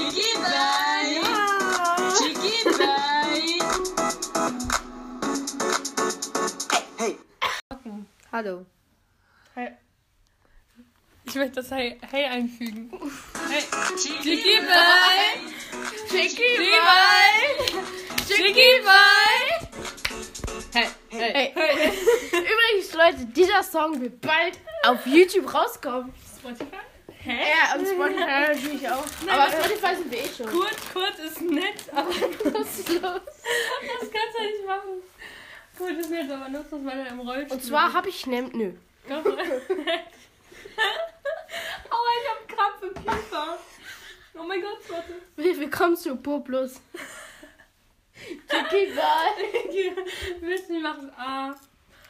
Chiquitai! Chiquitai! Hallo. Hey. Ich möchte das Hey, hey einfügen. Hey. Chicky Bye! Chicky Bye! Chicky Bye! Hey, hey. Hey. hey. Übrigens, Leute, dieser Song wird bald auf YouTube rauskommen. Spotify? Ja, und Spotify natürlich auch. Aber auf Spotify sind wir eh schon. Kurt, Kurt ist nett, aber Was ist los? das kannst du nicht machen. Kurt ist nett, aber nutzt das mal im Rollstuhl. Und zwar habe ich nämlich. Nö. Aua, ich hab Krampf im Pieper. Oh mein Gott, warte. Will- Willkommen zu Poplus. Chicky Bye. Müssen machen. Ah.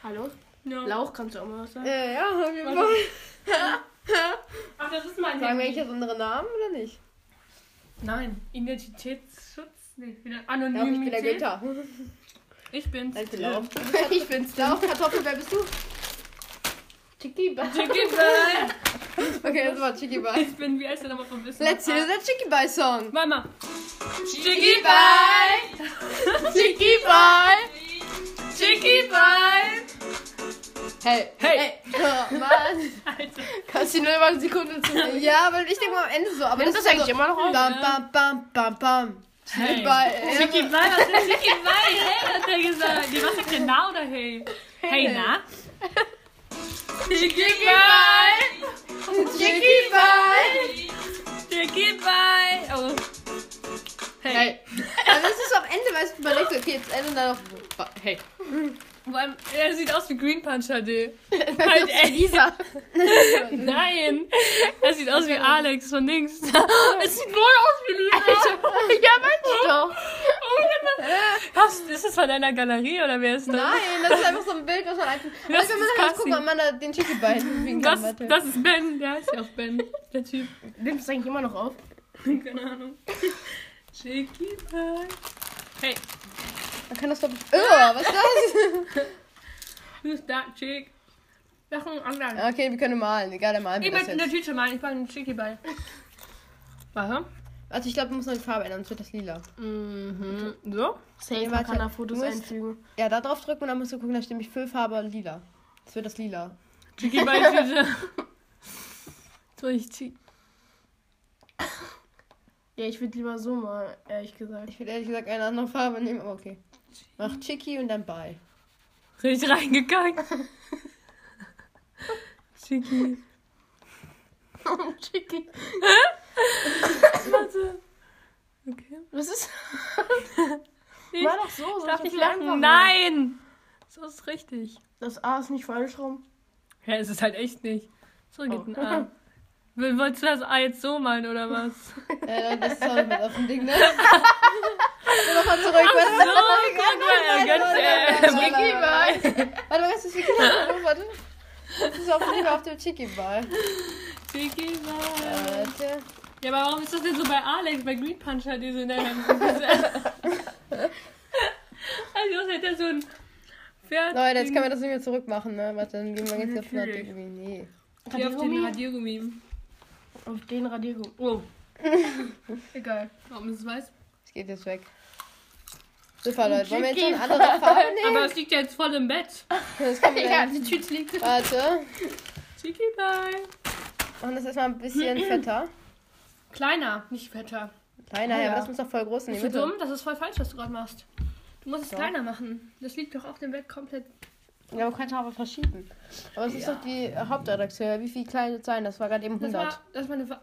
Hallo. No. Lauch kannst du auch mal was sagen. Äh, Ja, ja, wir Warte. wollen. Ach, das ist mein Sagen wir Handy. eigentlich jetzt unsere Namen oder nicht? Nein. Identitätsschutz? Nee, wieder Ja, ich bin der Anonymität. Günther. ich bin's. Nein, ich bin Lauf. Ich bin's. Lauf, Kartoffel, wer bist du? Chicky Bye. Jiggy Bye. Okay, das war Chicky Bye. Ich bin, wie heißt der nochmal von Wissen? Let's hear the Chicky Bye Song. Mama. Chiqui Bye! Chicky Bye. Jiggy Bye. Hey, Hey. oh, Mann. Alter. Kannst du nur mal eine Sekunde zu nehmen? Ja, aber ich denke mal am Ende so. Aber Nimmst du das eigentlich immer noch auf? Bam, bam, bam, bam, bam. Hey. Bye. Jiggy Bye. Was ist Jiggy Bye? Hey, hat er gesagt. Die was sagt denn na oder hey? Hey, na? Jiggy Bye. Chicky Bye. Jiggy Bye. Oh. Hey. Hey. Aber das ist so am Ende, weißt du, überlegt, okay, jetzt Ende und dann noch. Hey. Vor allem, er sieht aus wie Green Punch HD. Das ist Lisa. Halt, Nein. Er sieht aus wie Alex von links. es sieht wohl aus wie Lisa. Ja, meinst du doch. Oh mein Gott. Hast, ist das von deiner Galerie oder wer ist das? Nein, das ist einfach so ein Bild, was man einfach. Das ist Also, wenn man dann Cassie. gucken, ob man da den Chicky Bite hinbiegen kann. Das, Warte. das ist Ben, der heißt ja auch Ben, der Typ. Nimmst du das eigentlich immer noch auf? Keine Ahnung. Shaky Pie. Hey, Man kann das doch. Oh, was ist das? who's that chick? Lass uns anfangen. Okay, wir können malen. Egal, dann malen wir Ich das möchte in der jetzt. Tüte malen, ich mache einen Shaky Ball. Warte. Also, ich glaube, wir müssen noch die Farbe ändern, sonst wird das lila. Mhm. So? Safe, man warte. kann da Fotos Du musst- einfügen. Ja, da drauf drücken und dann musst du gucken, da steht nämlich Füllfarbe lila. Jetzt wird das lila. Shaky Ball Tüte. so, ich zieh. Ja, ich würde lieber so mal, ehrlich gesagt. Ich würde ehrlich gesagt eine andere Farbe nehmen, aber okay. Mach Chicky und dann Bye. Richtig reingekackt. Shaky. Chicky. Warte. Okay. Was ist Ich War doch so, sonst darf ist nicht viel einfacher. lachen. Nein! So ist richtig. Das A ist nicht falsch rum. Ja, es ist halt echt nicht. So geht Oh. ein A. Will- Wolltest du das A jetzt so malen oder was? Äh, das ist auch mit auf dem Ding, ne? Nochmal zurück. So, guck mal, ganz äh, Chicky Ricky war- Bye. Warte, was ist das? Chicky Bye? Warte. Das ist auf dem Lila auf dem Chicky Bye. Ricky war- Warte. Ja, aber warum ist das denn so bei Alex, bei Green Puncher, diese in der Hand? Also, das hätte so ein Pferd. Leute, jetzt können wir das nicht mehr zurückmachen, ne? Warte, dann gehen wir jetzt auf Natürlich. Nadel. Nee. Geh auf den Radiergummi. Auf den Radiergummi. Oh, Egal. warum ist es weiß? Es geht jetzt weg. Super, Leute. Wollen wir jetzt schon eine andere Farbe nehmen? Aber es liegt ja jetzt voll im Bett. Das können wir Ja, die Tüte liegt. Warte. Chicky Bye. Machen das erstmal ein bisschen fetter. Kleiner, nicht fetter. Kleiner, Ah, ja, ja. aber das muss doch voll groß in die Bist du Mitte. dumm? Das ist voll falsch, was du gerade machst. Du musst es kleiner machen. Das liegt doch auf dem Bett komplett. Ja, aber kannst du aber verschieben. Aber es ist doch die äh, Hauptredakteur. Wie viel klein wird sein? Das war gerade eben Das 100. war, das war eine, Ver-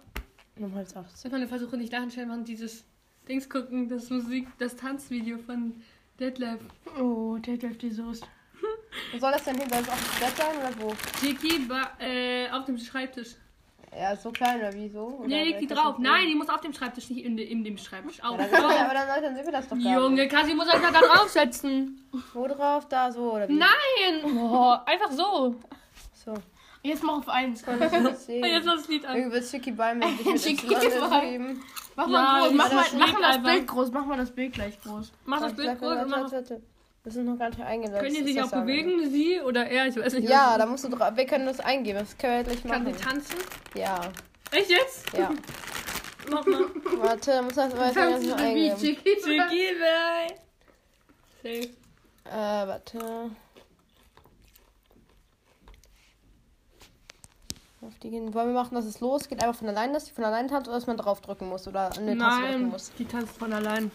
Nochmal 80. das war eine Versuche, nicht lachen stellen, machen dieses Dings gucken, das Musik, das Tanzvideo von Detlef. Oh, der läuft die Soße. Wo soll das denn hin? Soll es auf dem Bett sein oder wo? Jiki war äh, auf dem Schreibtisch. Ja, so klein oder wieso? Oder Nee, leg die kann das drauf. nicht Nein, die muss auf dem Schreibtisch, nicht in, de, in dem Schreibtisch. Auf. Ja, dann, aber dann, dann sehen wir das doch gar Junge, Kasi muss einfach da draufsetzen. nicht. Wo drauf? Da, so oder wie? Nein! Oh, einfach so. So. Jetzt mach auf eins. Kann ich nicht Und jetzt sehen. lass das Lied an. Irgendwie wird Chicky Bein mit sich mit Chicky Y Bein. geschrieben. Mach Ja, mal groß. die Mach mal, Soße mach liegt mal das einfach. Bild groß. Mach mal das Bild gleich groß. Mach das Ich Bild sag, groß und warte, mach. warte, warte. Das ist noch gar nicht eingeladen. Können die Das sich ist auch das Sache. bewegen, sie oder er? Ich weiß nicht. Ja, was- da musst du drauf. Wir können das eingeben. Das können wir gleich Kann sie machen. tanzen? Ja, Echt jetzt? ja. Nochmal. Warte, also muss das weiter erst mal eingeben. Jiggy Jiggy Bye. Safe. Äh, warte. Auf die gehen. Wollen wir machen, dass es losgeht? Einfach von allein, dass die von allein tanzt oder dass man draufdrücken muss oder an den Taste drücken Nein, muss? die tanzt von allein.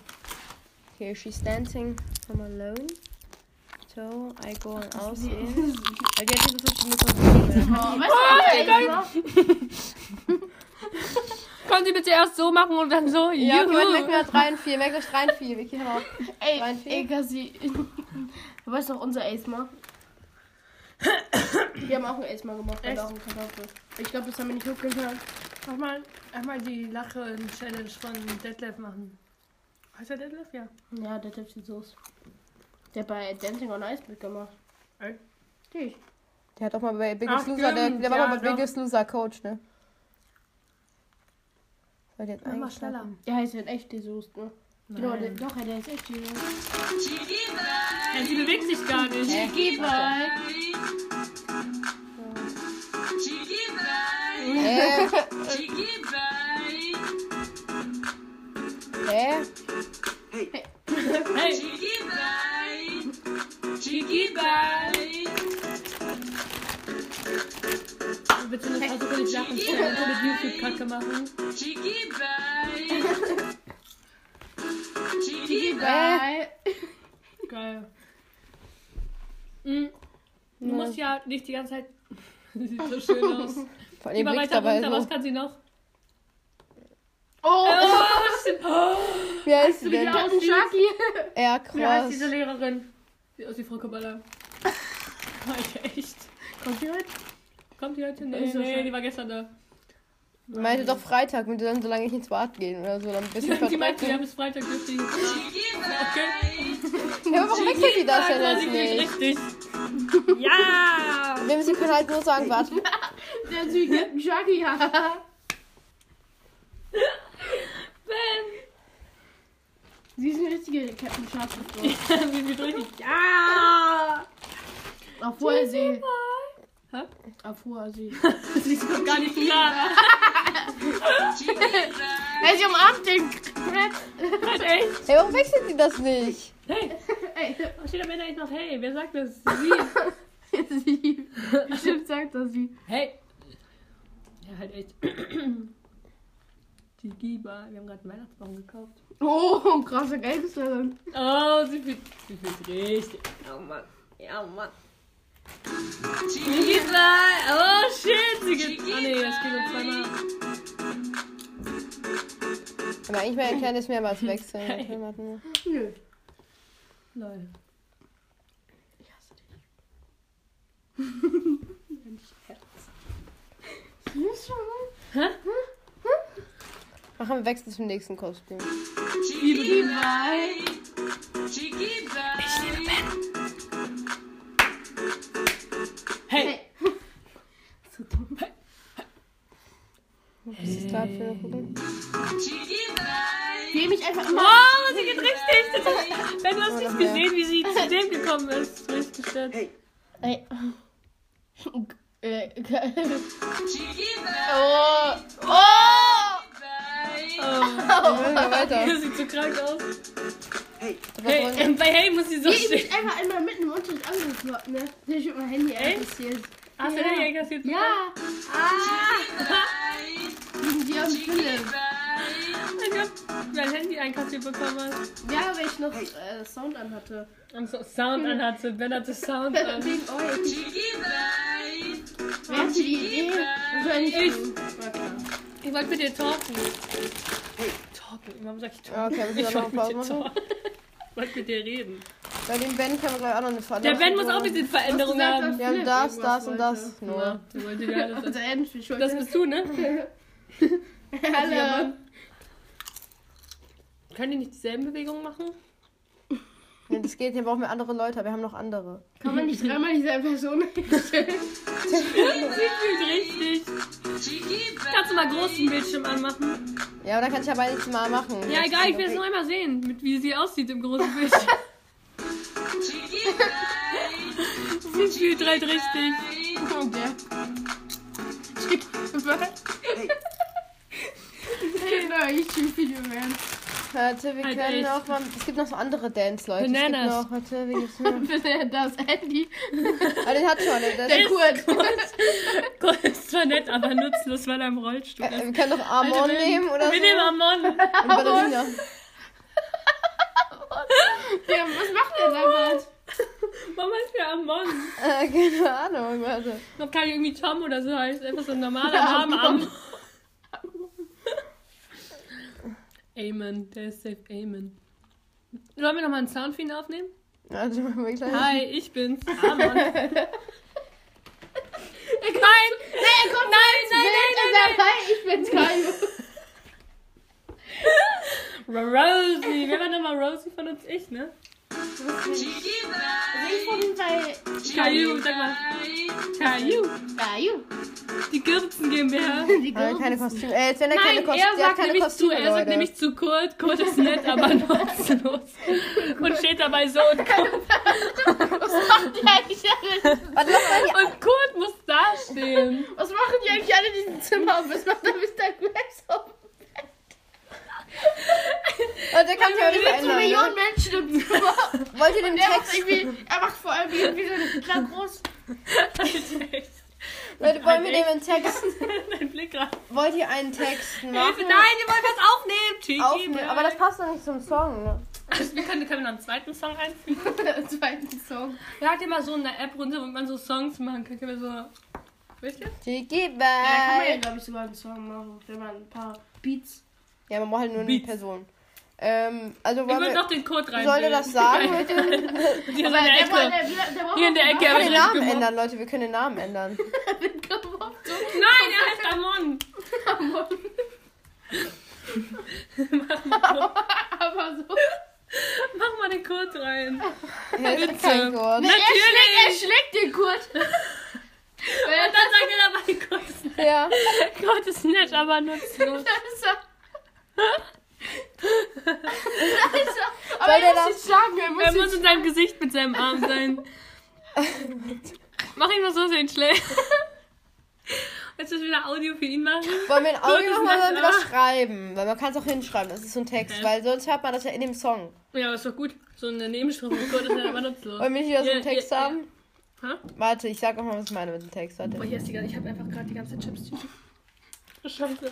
Okay, she's dancing. I'm alone. So, I go and aussehen. Weil die hat versucht, die Bye. Mikrofone. Weißt du, was Können Sie bitte erst so machen und dann so? Ja, okay, Juhu. warte, merkt euch 3 und 4. Merkt euch 3 und 4. Vicky, hör auf. ich Rein mach? viel. Ey, Kasi. Du weißt doch, unser Ace mal. Wir haben auch ein Ace mal gemacht. weil Echt? da auch ein Kartoffel. Ich glaube, das haben wir nicht hochgehört. Mach mal, mach mal die Lachen-Challenge von Detlef machen. Heißt er Detlef? Ja. Ja, der Tipp sieht so aus. Der hat bei Dancing on Ice mitgemacht. Echt? Dich. Der hat auch mal bei Biggest Ach, Loser, der, stimmt, der war ja, mal bei doch. Biggest Loser Coach, ne? Soll ich jetzt Mach mal eingeschlafen? schneller. Der heißt halt echt Jesus, ne? Genau, der, Nein. doch, der ist echt Jesus. Ja, sie bewegt sich gar nicht. Äh, äh, Hey, bitte nicht versuchen, nicht lachen zu können und mit YouTube-Kacke machen. Äh, Bye. Geil. Mhm. Du musst ja nicht die ganze Zeit. Sieht so schön aus. vor Geh allem mal Blick weiter dabei runter, so. was kann sie noch? Oh, Oh, was ist denn? Wie heißt sie Wie denn? heißt das ist ein Schaki. Ja, Oh, Wie heißt krass. diese Lehrerin? Sieht aus wie Frau Kabbala. War ich echt. Kommt ihr heute? Kommt die heute? Nee, Ist so nee, schön. die war gestern da. Ich meinte doch Freitag, wenn du dann so lange nicht ins Bad gehen oder so, dann ein bisschen Die meinte, wir verdrückt. haben bis Freitag dürfte ich. Okay. Ja, warum wechselt die das denn Weiß jetzt ich nicht? Richtig. Ja! Wir müssen können halt nur sagen, warte. Der Süd Schaki, ja. Ben! Sie ist eine richtige Captain Shark. Wie viel richtig? Ja! Auf hoher See. Hä? Auf hoher See. Sie ist noch gar nicht klar. Hey, sie umarmt den Crab. Halt echt. Hey, warum wechselt die das nicht? Hey, Ey, was steht am Ende eigentlich noch? Hey, wer sagt das? Sie. sie. Bestimmt sagt das sie. Hey. Ja, halt echt. Die Giba. Wir haben gerade einen Weihnachtsbaum gekauft. Oh, krasser Gangster. Oh, sie fühlt, sie fühlt richtig. Oh Mann. Ja, Mann. Giba. Oh, shit. Sie geht. Ah, nee, das geht nur zweimal. Wenn man eigentlich mal ein kleines mehrmals wechseln. Hey. Okay, warte mal. Nö. Lol. Ich hasse dich. Sie ist schon Machen wir Wechsel zum nächsten Kostüm. Hey. so dumm. Was ist da für eine Kugel? Geh mich einfach immer. Wow, sie geht richtig. Das ist, wenn du hast nicht gesehen, wie sie zu dem gekommen ist. Das ist Richtig gestört. Ey. Äh, Oh! Oh, Oh! Wir machen weiter. das sieht so krank aus. Hey, Was wollen ähm, bei Hey muss sie so Geh stehen. mich einfach einmal mitten im Unterricht angekloppt, ne? Ich hab mein Handy interessiert. Hast du den kassiert? Ja! Ah. Gegen die und Philipp. Ich hab mein Handy einkassiert bekommen. Hat. Ja, weil ich noch äh, Sound an hatte. Und so Sound Hm. anhatte. Ben hatte Sound an. Wegen euch. Wer hatte die Idee? Wahrscheinlich Ich. du. War klar. Ich wollte mit dir talken. Talken. Warum sag ich wir? talken? Okay, wir Ich müssen noch wollte mit dir eine Pause machen. talken. Ich wollte mit dir reden. Bei dem Ben können wir gleich auch noch eine Der Veränderung. Ben muss auch ein bisschen Veränderungen Hast du haben. gesagt, Wir haben Philipp irgendwas das, das wollte. und das. Ja, Nur. der wollte dir alles. Unser Endspiel schon. Das bist du, ne? Hallo. Können die nicht dieselben Bewegungen machen? Nee, das geht, hier brauchen wir andere Leute, aber wir haben noch andere. Kann man nicht dreimal dieselbe Person hinstellen? Sie fühlt richtig. Kannst du mal großen Bildschirm anmachen? Ja, aber da kann ich aber nichts mal machen. Ja, egal, ich will es nur einmal sehen, mit, wie sie aussieht im großen Bildschirm. Sie fühlt halt richtig. Okay. Kinder YouTube-Video werden. Warte, wir Halt können echt. auch mal. Es gibt noch so andere Dance-Leute. Bananas. Es gibt noch, warte, wie gibt's noch? Bitte das Handy. Ah, den hat schon. Der, der, Der Kurt. Gott, ist zwar nett, aber nutzlos, weil er im Rollstuhl äh, ist. wir können doch Amon Alter, wir- nehmen oder Wir so. nehmen Amon. Und Ballerina. Ja, was macht der damit? Mama ist für Amon. Äh, keine Ahnung, warte. Noch kann irgendwie Tom oder so heißt. Einfach so ein normaler Name. Amon. Amen. Der ist safe Amen. Sollen wir nochmal einen Sound für ihn aufnehmen? Warte, machen wir gleich. Ah, Hi, ich bin's. Äh, Amon. nein, Er kommt, nein, er kommt nein, nein, nein, nein. Ich bin's Kai. Rosie. Wer war nochmal Rosie von uns? Ich, ne? Chiggy Ich Bye. bin bei Caillou, sag mal. Caillou. Bayou. Die Gürzen GmbH. Die Aber keine Kostüme. Äh, jetzt werden da keine Nein, Kostüme. er der hat sagt, keine nämlich Kostüme, zu, er sagt Leute. nämlich zu Kurt, Kurt ist nett, aber nutzlos. Und steht dabei so und Kurt, Was machen die eigentlich alle? Warte, lass mal hier. und Kurt muss dastehen. Was machen die eigentlich alle in diesem Zimmer? Was macht der Mr. Glass auf? Warte, der kann sich aber nicht Mit so Millionen verändern. Ne? Menschen im Zimmer. Wollt ihr den Der macht Text? irgendwie, er macht vor allem irgendwie so einen kleinen groß. Leute, wollen wir den Text? Mein Blick gerade. Wollt ihr einen Text Hilfe, nein, wir machen? wollen was aufnehmen. Cheeky Bird. Aufnehmen. Aber das passt doch nicht zum Song. Ne? wir können, können wir noch einen zweiten Song einfügen. zweiten Song. Er hat immer so eine App runter, wo man so Songs machen kann. Können wir so. Wisst ihr? Jiggy Ja, da kann man ja, Bye. glaube ich, sogar einen Song machen, wenn man ein paar Beats. Ja, man braucht halt nur eine Beats. Person. Ähm, also Ich wollen würde wir, noch den Code rein. soll der das sagen mit dem? Hier in Aber der der wollte- Ecke. der- der wollte Hier in der auch Ecke. hab ich Wir können den richtig Namen gemobbt. ändern, Leute, wir können den Namen ändern. gemobbt. So, Nein, er heißt Amon. Aber so. Mach mal den Code rein. Ja, das ist kein Bitte. Ne? Gott. Er Natürlich. schlägt den Kurt. Und dann sagt er dabei, Gott ist Ja. Gott ist nett, aber nutzlos. Das ist er. Das ist er. Aber Soll der er muss ihn schlagen, er muss Er ihn muss in seinem Gesicht mit seinem Arm sein. Mach ihn mal so, dass er ihn schlägt. Willst du das wieder Audio für ihn machen? Wollen wir ein Gott Audio ist nochmal nett, damit was aber- schreiben? Weil man kann es auch hinschreiben, das ist so ein Text, Okay. weil sonst hört man das ja in dem Song. Ja, aber ist doch gut. So eine Nebenstrophe. Gott ist nett, aber nutzlos. Wollen wir nicht wieder so Ja, einen Text ja, ja. haben? Hä? Warte, ich sag auch mal, was ich meine mit dem Text. Warte. Boah, hier ist die ganze, ich habe einfach gerade die ganze Chips. Scheiße.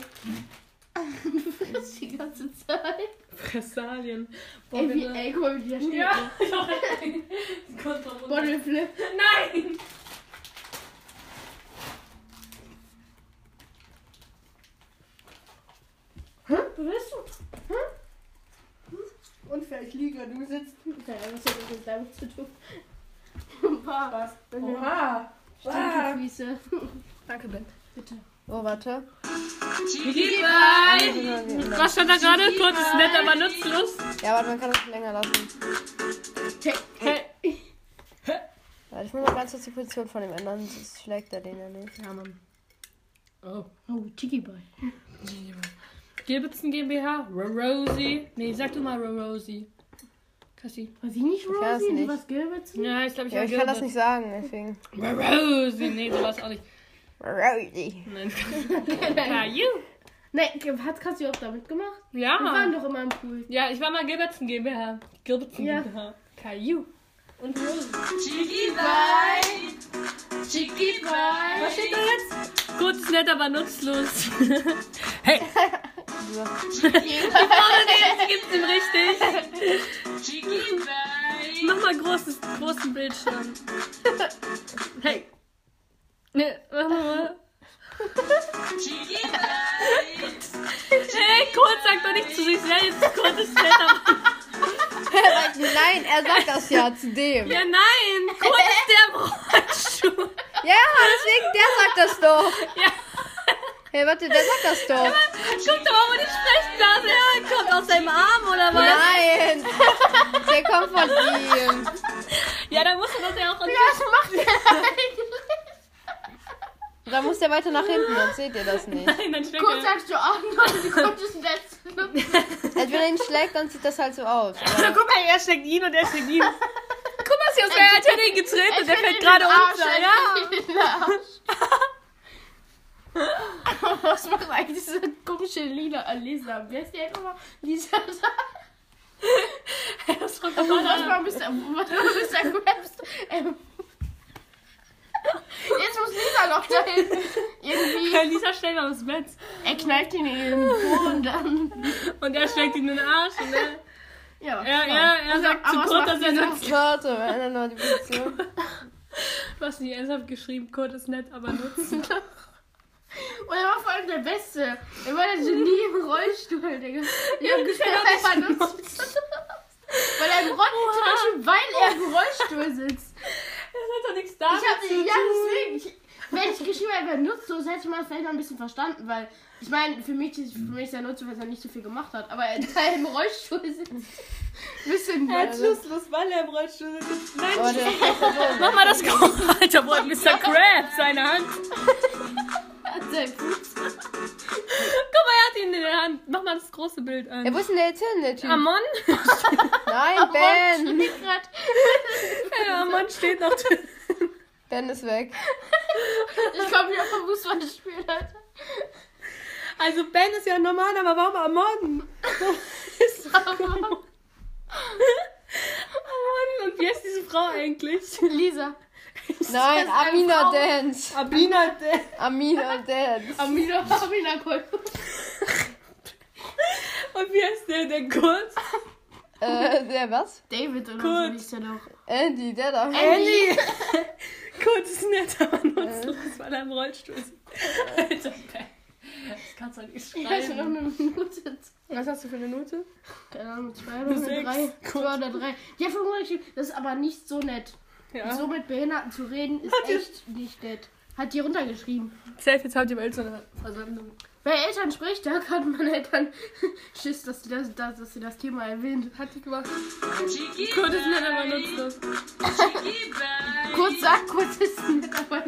frisst die ganze Zeit. Fressalien. Boah, Ey, wie wenn er- Alkohol wieder steht. ja, ich auch Das kommt doch runter. Bottle Flip. Nein! Wo bist du? Hm? Unfair, ich liege, du sitzt. Naja, was hat das mit deinem zu tun? Was? Oha. Stinkefüße. Danke, Ben. Oh, warte. Chiggy Bye. Was stand da gerade? Kurt ist nett, aber nutzlos. Ja, warte, man kann das länger lassen. Hey. Warte, ich muss noch ganz kurz die Position von dem ändern, sonst schlägt er den ja nicht. Ja, Mann. Oh. Oh, Tiki Boy. Gilbertson GmbH, Rosie. Nee, sag du mal Rosie. Cassie. War sie nicht weiß Rosie? nicht. Du warst Gilberts? Ja, ich glaube, ich Ja, war ich kann das nicht Gilbert. sagen, deswegen. Rosie. Nee, so war es auch nicht. Rosie. Nein. Nein, you? hat Cassie auch damit gemacht? Wir waren Ja. doch immer im Pool. Ja, ich war mal Gilbertson GmbH. Gilbertson Ja. GmbH. Caillou. Und Rosie. Chiggy Bye. Chiggy Bye. Was steht da jetzt? Gut, ist nett, aber nutzlos. hey. Jetzt gibt's ihm richtig. Chiggy Bye. Mach mal großes, großen Bildschirm. Hey. Nee, mach mal. Chiggy Bye. Hey, Kurt sagt doch nicht zu sich selbst. Kurt ist nett, aber... Nein, er sagt das ja zu dem. Ja, Ja, nein. Kurt ist der im Rollstuhl. deswegen, der sagt das doch. Ja. Hey, warte, der sagt das doch. Guck doch mal, wo die Sprechblase herkommt. Aus seinem Arm oder was? Nein. Der kommt von ihm. Ja, dann musst du das ja auch... Ja. Was macht der eigentlich? Da muss der weiter nach hinten, sonst seht ihr das nicht. Nein, dann schmeckt Kurz er... sagst du auch noch, du konntest ein letztes Mal. Als Also, wenn er ihn schlägt, dann sieht das halt so aus. Guck mal, er schlägt ihn und er schlägt ihn. Guck mal, sie er hat ja den getreten und der fällt gerade Arsch, unter. Ja. ja. was macht eigentlich diese komische Lila Lisa? Wer ist die halt nochmal? Lisa. Das kommt Und manchmal bist du, manchmal bist du Grabs. Ähm. Jetzt muss Lisa noch dahin. Irgendwie. Lisa stellt aufs Bett Er knallt ihn in den Boden dann. und er schlägt ihn in den Arsch und er, Ja. er, er, er sagt zu aber was Kurt, dass macht er Lisa? nett Warte, wir ändern mal die Position. Was nicht ernsthaft geschrieben, Kurt ist nett, aber nutzen. Und er war vor allem der Beste. Er war der Genie im Rollstuhl, Digga. Ich hab gesperrt, weil er benutzt. Weil er im Rollstuhl, zum Beispiel, weil er im Rollstuhl sitzt. Das hat doch nichts Ich hab, ja, deswegen. Ich, wenn ich geschrieben hätte, wäre nutzlos, hätte man es vielleicht noch ein bisschen verstanden, weil ich meine, für mich, ist- für mich ist er nutzlos, weil er nicht so viel gemacht hat. Aber er da im Rollstuhl sitzt. Bisschen Halt blöd. Schlusslos, weil er im Rollstuhl sitzt. Oh, Nein, der ist besser drin. mach mal das Kochen, Alter, wo hat Mr. Krabs seine Hand? Sehr gut. Guck mal, er hat ihn in der Hand. Mach mal das große Bild Ja, an. wo ist denn der jetzt hin, der Typ? Amon? Oh Nein, Ben! Ich grad- Ja, Amon steht noch drin. Ben ist weg. Ich komm wieder vom Fußballspiel, Alter. Also Ben ist ja normal, aber warum Amon? Aber Amon, und wie heißt diese Frau eigentlich? Lisa. Nein, Amina Dance. Abina Dan. Amina Dance. Amina, Amina Kolko. Und wie heißt der, der Kurt? Äh, der was? David oder Gut. so hieß der doch. Andy, der da. Andy. Kurt ist nett, aber nutzlos, weil er im Rollstuhl sitzt. Alter, Ben. Das kannst du doch nicht Ich weiß nur noch schreiben. eine Minute. Was hast du für eine Note? Keine Ahnung, zwei oder Sechs. drei. Gut. Zwei oder drei. Ja, vom Rollstuhl. Das ist aber nicht so nett. Ja. So mit Behinderten zu reden ist Hat die- echt nicht nett. Hat die runtergeschrieben. Safe, jetzt habt ihr bald so eine Versammlung. Wer Eltern spricht, da hat meine Eltern Schiss, dass sie das, dass, dass sie das Thema erwähnt. Hat die gemacht. Chicky Kurt ist nett, aber Bye. nutzlos. Chicky Bye. Kurz sagt, kurz ist nett, aber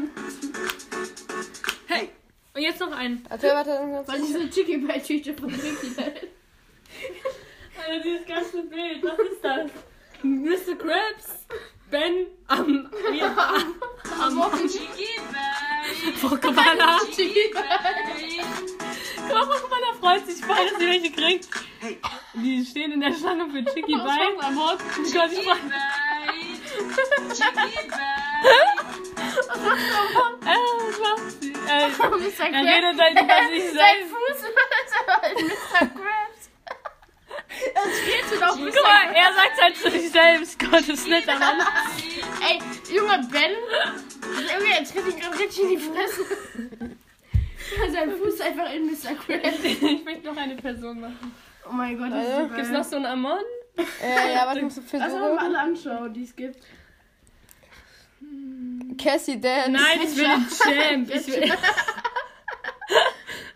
Hey, und jetzt noch einen. Warte, warte, weil warte. diese Chicky Bell Tüte von Ricky ne? Bell. Alter, dieses ganze Bild, was ist das? Mr. Krabs, Ben, am, wie, am, Chicky Bye. Pokéballer. Chicky Bye. Guck mal, Pokéballer freut sich voll, dass sie welche kriegt. Die stehen in der Schlange für Chicky Bye. Ich kann sich freuen. Bye. Chicky Bye. Äh, was macht sie? Äh, Mr. er Krabs. redet halt über sich Sein selbst. Fuß ist Mr. Krabs. Das spielst du doch Mr. Guck mal, er sagt halt zu sich selbst. Gott, ist nett, aber Ey, Junge, Ben. Junge, er tritt ihn gerade richtig in die Fresse. Ja, Sein Fuß einfach in Mr. Krabs. ich möchte noch eine Person machen. Oh mein Gott, das Also, ist Gibt's geil. noch so einen Amon? Äh, ja, warte, musst du Also, Lass uns mal versuchen. alle anschauen, die es gibt. Cassie Dance. Nein, ich will den Champ. Ich will...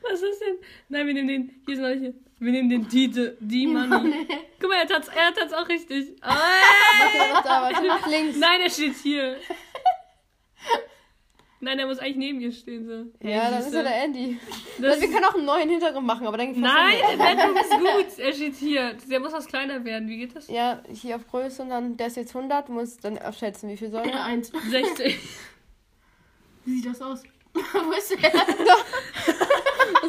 Was ist denn? Nein, wir nehmen den. Hier ist noch nicht. Wir nehmen den Dieter. Die Money. Guck mal, er hat's, er hat's auch richtig. Ah, Warte, warte, warte, nach links. Nein, er steht hier. Nein, er muss eigentlich neben ihr stehen. So. Ja, dann siehste. ist er der Andy. Das Also, wir können auch einen neuen Hintergrund machen, aber dann Nein, der Bettung ist gut. Er steht hier. Der muss was kleiner werden. Wie geht das? Ja, hier auf Größe und dann, der ist jetzt 100, muss dann abschätzen, wie viel soll er. Eins. 60. Wie sieht das aus? Wo ist der?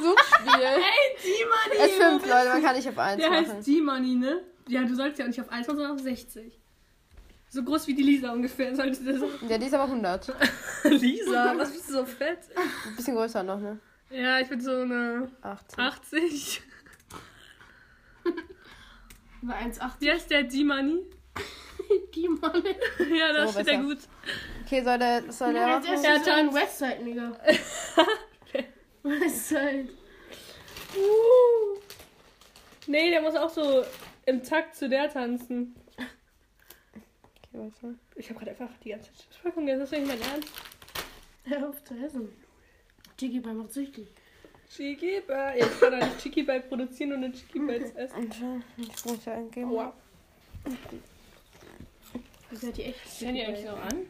Suchspiel. Hey, die Es ist 5, Leute, man kann nicht auf 1 Der heißt machen. G-Money, ne? Ja, du sollst ja auch nicht auf 1 machen, sondern auf 60. So groß wie die Lisa ungefähr. Sollte das Ja, die ist aber 100. Lisa, was bist du so fett? Ein bisschen größer noch, ne? Ja, ich bin so eine 18. 80. Bei 1,8 Wie heißt der D-Money? die Mann. Ja, da So, steht er besser. gut. Okay, soll der, soll der Ja, machen? das Ja, ist so ein Tanz. Westside, Nigga. Westside. Uh. Nee, der muss auch so im Takt zu der tanzen. Okay, warte. Ich habe gerade einfach die ganze Zeit Sprechung, das ist nicht mein Ernst. Hör auf zu essen. Jiggy Ball macht süchtig. Chiki Ball. Ja, ich kann doch nicht Chiki Ball produzieren und eine Chiki Ball essen. Und, äh, Ich muss ja eingeben. Aua. Das hat die echt. Stehen die eigentlich noch an?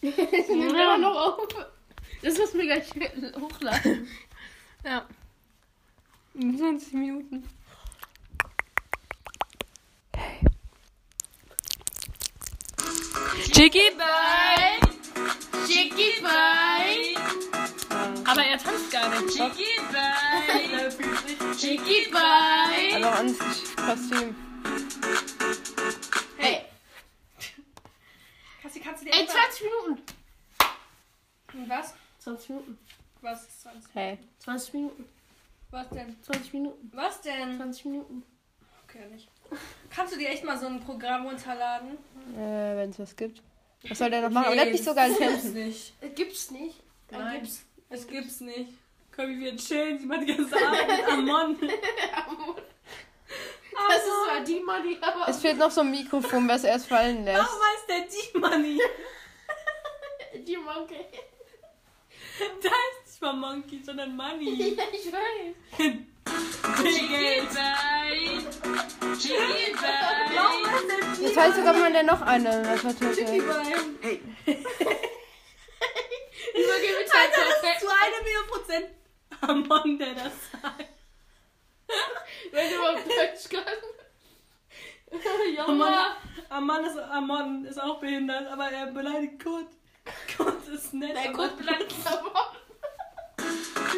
Das nimmt immer noch auf. Das muss mir gleich hochladen. Ja. 20 Minuten. Chiki Ball. Jiggy Ball. Aber der tanzt gar nicht. Jiggy Bye. Jiggy Bye. Aber ans Kostüm. Hey. Kassi, kannst du dir Ey, 20 Minuten. Was? 20 Minuten. Was? sonst? Hey. 20 Minuten. Was denn? 20 Minuten. Was denn? 20 Minuten. Okay, nicht. Kannst du dir echt mal so ein Programm runterladen? Äh, wenn es was gibt. Was soll der noch machen? Aber der hat mich sogar gibt's tanzen. nicht. Äh, Gibt's nicht. Äh, Nein. Es gibt's nicht. Komm, wir chillen, die macht die ganze Arbeit am Mann. Das ist zwar die Money, aber. Es fehlt noch so ein Mikrofon, was er erst fallen lässt. Warum heißt der die Money? die Monkey. Da heißt nicht mal Monkey, sondern Money. Ja, ich weiß. Viel Geld. Jiggy Bye. Warum heißt der die Jetzt weiß sogar man der noch eine. Was war Money? Töte? Beim- Übergebe mit Alter, das ist zu einem Million Prozent Amon, der das sagt. Wenn du überhaupt Deutsch kannst. Joma. Amon ist, Amon ist auch behindert, aber er beleidigt Kurt. Kurt ist nett. Nein, aber- Kurt bleibt sauer.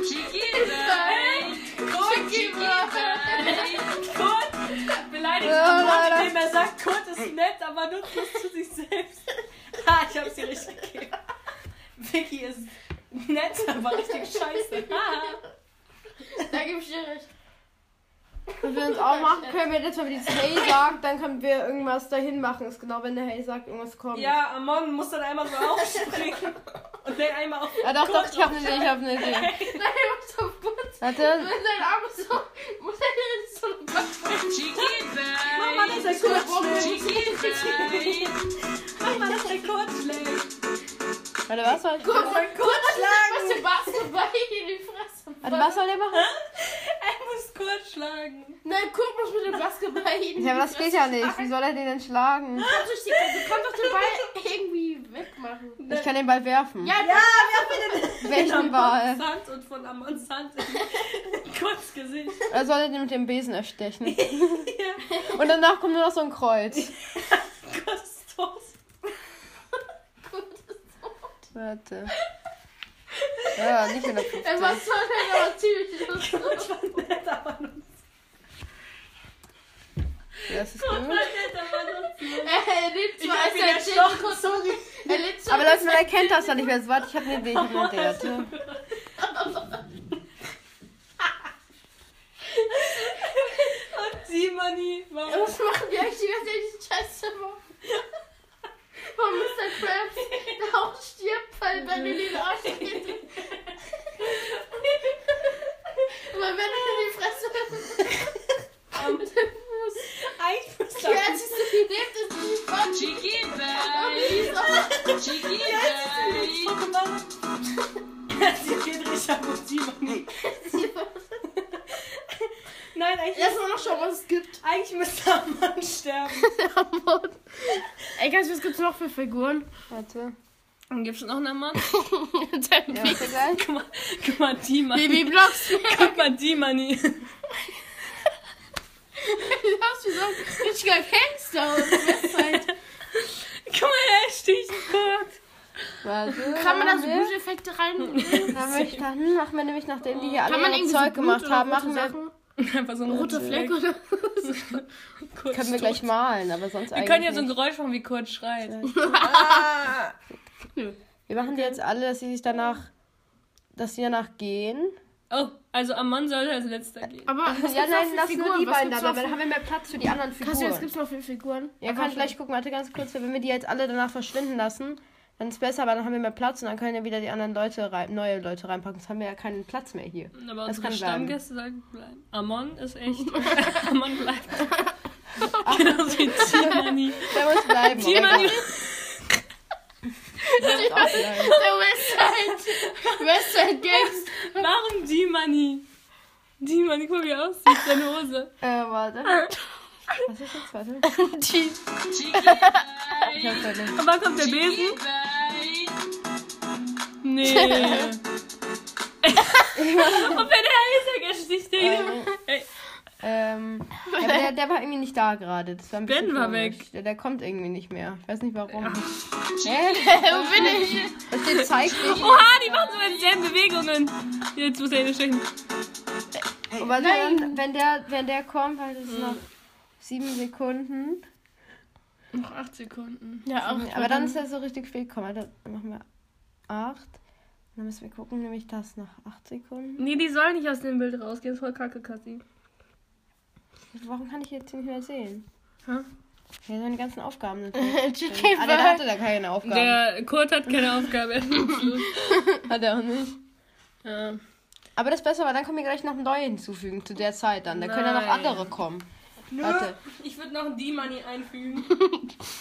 Jiggy Bye. Kurt, gib Kurt beleidigt Ja, Amon, leider. indem er sagt, Kurt ist nett, aber nutzt es zu sich selbst. Ha, ich hab's dir richtig gegeben. Vicky ist nett, aber richtig scheiße. Ha. Da geb ich dir recht. Wenn wir uns auch machen können, wenn jetzt mal dieses Hey sagt, dann können wir irgendwas dahin machen. Ist genau, wenn der Hey sagt, irgendwas kommt. Ja, Amon muss dann einmal so aufspringen und dann einmal auf. Ah, doch, doch, ich hab eine Idee, ich hab eine Idee. Nein, er muss auf Butz. Wenn Warte. dein Arm so. Muss er jetzt so eine Butz. Jiggy Mach mal, dass Bye. der Kurt schlägt. Jiggy Bye. Mach mal, dass der Kurt schlägt. Warte, was soll, Kurt, Kurt, was du warst, bei in die Fresse. warte, was soll der machen? Er muss Kurt schlagen. Nein, Kurt muss mit dem Basketball hin. Ja, aber das geht ja nicht. Wie soll er den denn schlagen? Du kannst, durch die, du kannst doch den Ball irgendwie wegmachen. Ich kann den Ball werfen. Ja, genau. Welchen Ball? Sand und von Amon Sand in Kurts Gesicht. Er soll er den mit dem Besen erstechen. Und danach kommt nur noch so ein Kreuz. Kurt ist tot. Warte. Ja, nicht 150. er war so schnell, aber ziemlich lustig. Kurt war nett, aber nur Das ist Kurt war gut. nett, aber nur Er lebt Ich zwar hab als ihn ein erstochen. Schildkröte. Er lebt zwar Aber Leute, man erkennt das dann nicht mehr. Warte, ich hab eine Idee, ich hab eine Idee. Warte. Und Simoni, warum? Was machen wir eigentlich die ganze Zeit diesen Scheiß Zimmer? Warum Mr. Krabs da auch stirbt, weil wenn du den Arsch geht. Aber wenn du in die Fresse Am mit dem Fuß. Eigentlich müsste Die einzige Idee ist die Quatsch. Jiggy Aber Bye. die ist auch- Jiggy ich Bye. Pokémon. Sie geht Richard und Simoni. Nein, eigentlich, Lass mal noch schauen, was es gibt. eigentlich müsste Amon sterben. Ey, ganz was gibt's noch für Figuren? Warte. Und gibt's schon noch einen Amon? Ja, was ist egal? Guck mal, guck mal, die Money. Babyblocks. Guck mal, die Money. Du hast wie so ein richtiger Gangster auf der Website. Guck mal, er sticht Kurt. Warte. Kann man da haben so wir? Bluteffekte rein? Da möchte ich, hm, machen wir nämlich, nachdem die hier alle Kann man ihr irgendwie Zeug so Blut gemacht oder haben, rote machen wir, Sachen? Einfach so ein Rote Fleck oder Kurt können wir stirbt. gleich malen, aber sonst Wir eigentlich können ja so ein nicht. Geräusch machen, wie Kurt schreit. Wir machen die jetzt alle, dass sie sich danach, dass sie danach gehen. Oh, also Amon sollte als letzter gehen. Aber was ja, gibt's noch nein, für lass nur Figuren? die Was beiden da gibt's bleiben, noch dann haben wir mehr Platz für die anderen für- Kassel, was Figuren. gibt's noch für Figuren? Ihr könnt gleich gucken, warte ganz kurz, wenn wir die jetzt alle danach verschwinden lassen, dann ist besser, aber dann haben wir mehr Platz und dann können ja wieder die anderen Leute rein, neue Leute reinpacken. Sonst haben wir ja keinen Platz mehr hier. Aber Das unsere kann bleiben. Stammgäste sollten bleiben. Amon ist echt. Amon bleibt. Genauso wie Timani. Bei uns bleiben. Timani. Bei uns auch bleiben. Der Westside. Westside Gangs. Warum Timani? Timani, guck mal, wie er aussieht. Seine Hose. Äh, warte. Was ist jetzt? Warte. Die Jiggy Bye. Ich hab keine. Und wann kommt der Jiggy Besen? Bye. Nee. Und wenn er ist, er gesticht. Äh, Ey. Ähm, ja, aber der, der war irgendwie nicht da gerade. Das war ein bisschen Ben war komisch. weg. Der, der kommt irgendwie nicht mehr. Ich weiß nicht warum. Ja. Hä? Wo bin ich? Was steht zeigt nicht. Oha, die machen sogar dieselben Bewegungen. Jetzt muss er ihn stechen. Aber dann, wenn der, wenn der kommt, halt es noch sieben Sekunden. Noch 8 Sekunden. Ja, aber dann ist er so richtig viel gekommen. Also machen wir acht. Dann müssen wir gucken, nämlich das nach acht Sekunden. Nee, die sollen nicht aus dem Bild rausgehen. Das ist voll kacke, Kassi. Warum kann ich jetzt nicht mehr sehen? Hä? Ja, seine ganzen Aufgaben sind. ah, Chicken der hatte da keine Aufgaben. Der Kurt hat keine Aufgabe. Hat er auch nicht. ja. Aber das ist besser, weil dann können wir gleich noch neue hinzufügen zu der Zeit dann. Da können ja noch Nein. andere kommen. Warte. Ich würde noch ein D-Money einfügen. Und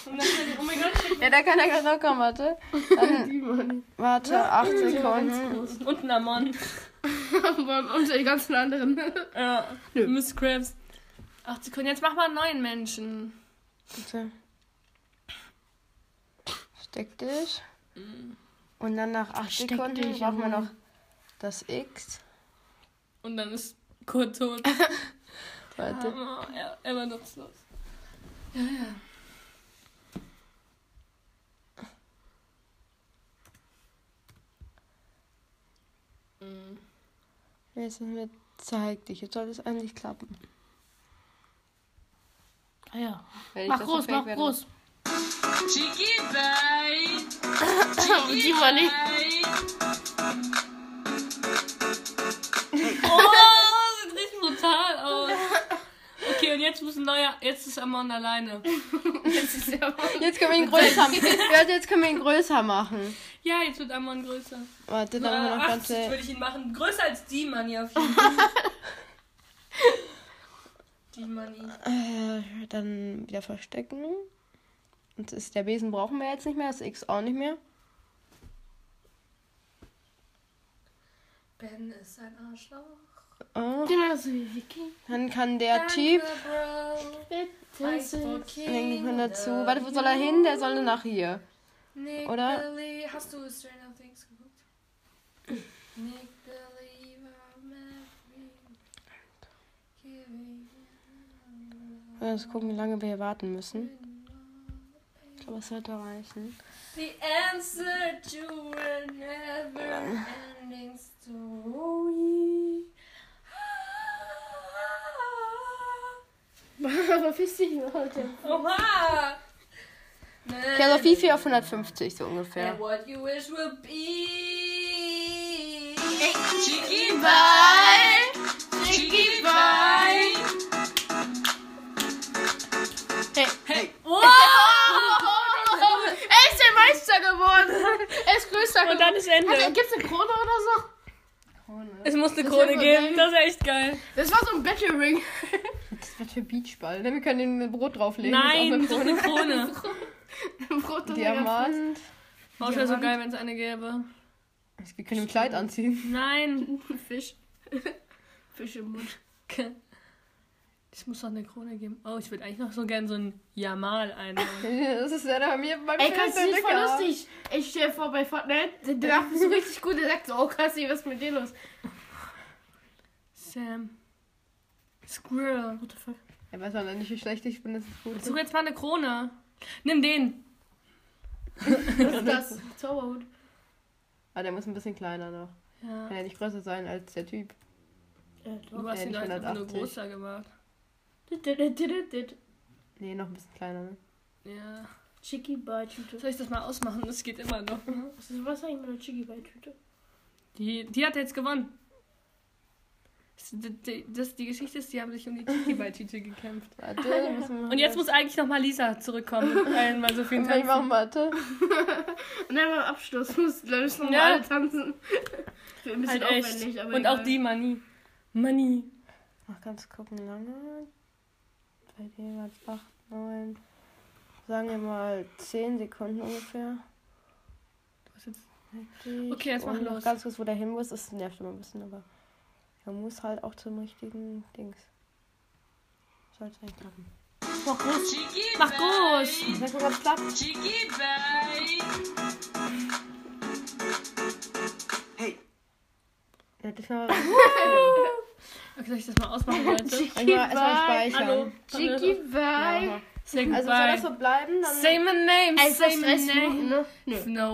dann oh mein Gott, Ja, da kann er gerade noch kommen, warte. Dann, warte, 8 Sekunden. Und ein Amon. Und die ganzen anderen. Ja. Nö. Miss Krabs. 8 Sekunden. Jetzt mach mal einen neuen Menschen. Warte. Steck dich. Und dann nach 8 Steck Sekunden dich, brauchen wir Junge. noch das X. Und dann ist Kurt tot. Warte. Oh, er, er war nutzlos. Jetzt sind wir, zeig dich. Jetzt sollte es eigentlich klappen. Ah, ja. Wenn ich Mach das groß, perfekt mach werde. groß. Chicky Bite. Die war nicht. Bite. Oh, das sieht richtig brutal aus. Okay, und jetzt muss ein neuer. Jetzt ist Amon alleine. Jetzt können wir ihn größer machen. Warte, jetzt können wir ihn größer machen. Ja, jetzt wird Amon größer. Äh, Warte, dann haben wir noch 80 ganze. würde ich ihn machen. Größer als D-Money auf jeden Fall. D-Money. Äh, dann wieder verstecken. Und das ist der Besen brauchen wir jetzt nicht mehr, das X auch nicht mehr. Ben ist ein Arschloch. Oh. Genau so wie Vicky. Dann kann der Typ. Bro. Bitte Weißt süß. du, Dann denke ich mir Kinder. dazu. Warte, wo soll er hin? Der soll nach hier. Nick Oder? Billy. Hast du Stranger Things geguckt? Nick Billy war Mary. Giving Jetzt gucken, wie lange wir hier warten müssen. Ich glaube, es sollte reichen. the answer to a never ending story. Verpiss dich mal heute. Oha! Okay, also Fifi auf 150 so ungefähr. And what you wish will be. Chicky Bite. Chicky Bite. Er ist der Meister geworden. Er ist größter geworden. Und dann ist Ende. Hat er- Äh, Gibt's eine Krone oder so? Es muss eine Das Krone ist geben. okay. Das ist echt geil. Das war so ein Battle Ring. Das wird für Beachball. Ne? Wir können den mit Brot drauflegen. Nein, Ist so auch eine Krone. Brot und mit Diamant. Oh, das wäre so geil, wenn es eine gäbe. Wir können ihm Kleid anziehen. Nein, Fisch. Fisch im Mund. Es muss doch eine Krone geben. Oh, ich würde eigentlich noch so gern so ein Jamal einbauen. Das ist ja bei mir beim Ey, Kassi, das ist voll Fernseher- lustig. Ich stell dir vor, bei Fortnite, der macht so richtig gut. Der sagt so, oh Kassi, was ist mit dir los? Sam. Squirrel. What the fuck? Ja, weiß man nicht, wie schlecht ich bin, das ist gut. Such jetzt mal eine Krone. Nimm den. Was ist das? Zauberhut. Aber Ah, der muss ein bisschen kleiner noch. Ja. Kann ja nicht größer sein als der Typ. Äh, Du hast Ja, ihn nicht doch einfach nur 180. größer gemacht. Nee, noch ein bisschen kleiner. Ne? Ja. Chicky Bite Tüte. Soll ich das mal ausmachen? Das geht immer noch. Was ist was eigentlich mit der Chicky Bite Tüte? Die, die hat jetzt gewonnen. Das, die- das, die Geschichte ist, die haben sich um die Tiki-Ball-Tüte gekämpft. Warte, ah, ja. Und jetzt muss eigentlich nochmal Lisa zurückkommen. Weil mal so viel ich tanzen. machen, warte. Und dann beim Abschluss muss, glaube ich, nochmal Ja. alle tanzen. Wird ein bisschen Halt aufwendig, echt. aber Und auch die Mani. Mani. Mach ganz gucken, wie lange. Bei dem hat 8, 9, sagen wir mal 10 Sekunden ungefähr. Richtig. Okay, jetzt mach Und noch los. Ganz kurz, wo der hin muss, das nervt immer ein bisschen, aber er muss halt auch zum richtigen Dings. Sollte eigentlich klappen. Mach groß. Chicky Mach Bite. groß. Ich sag mal, ob es klappt. Chicky Bite. Ja, das war- Okay, soll ich das mal ausmachen, Leute? Ich war erstmal Bye. speichern. Hallo. Chicky Ja, Bye. mach. Say goodbye. Also soll das so bleiben? Dann Same name, Einfach same 30 Minuten, name. ne? Nö. No.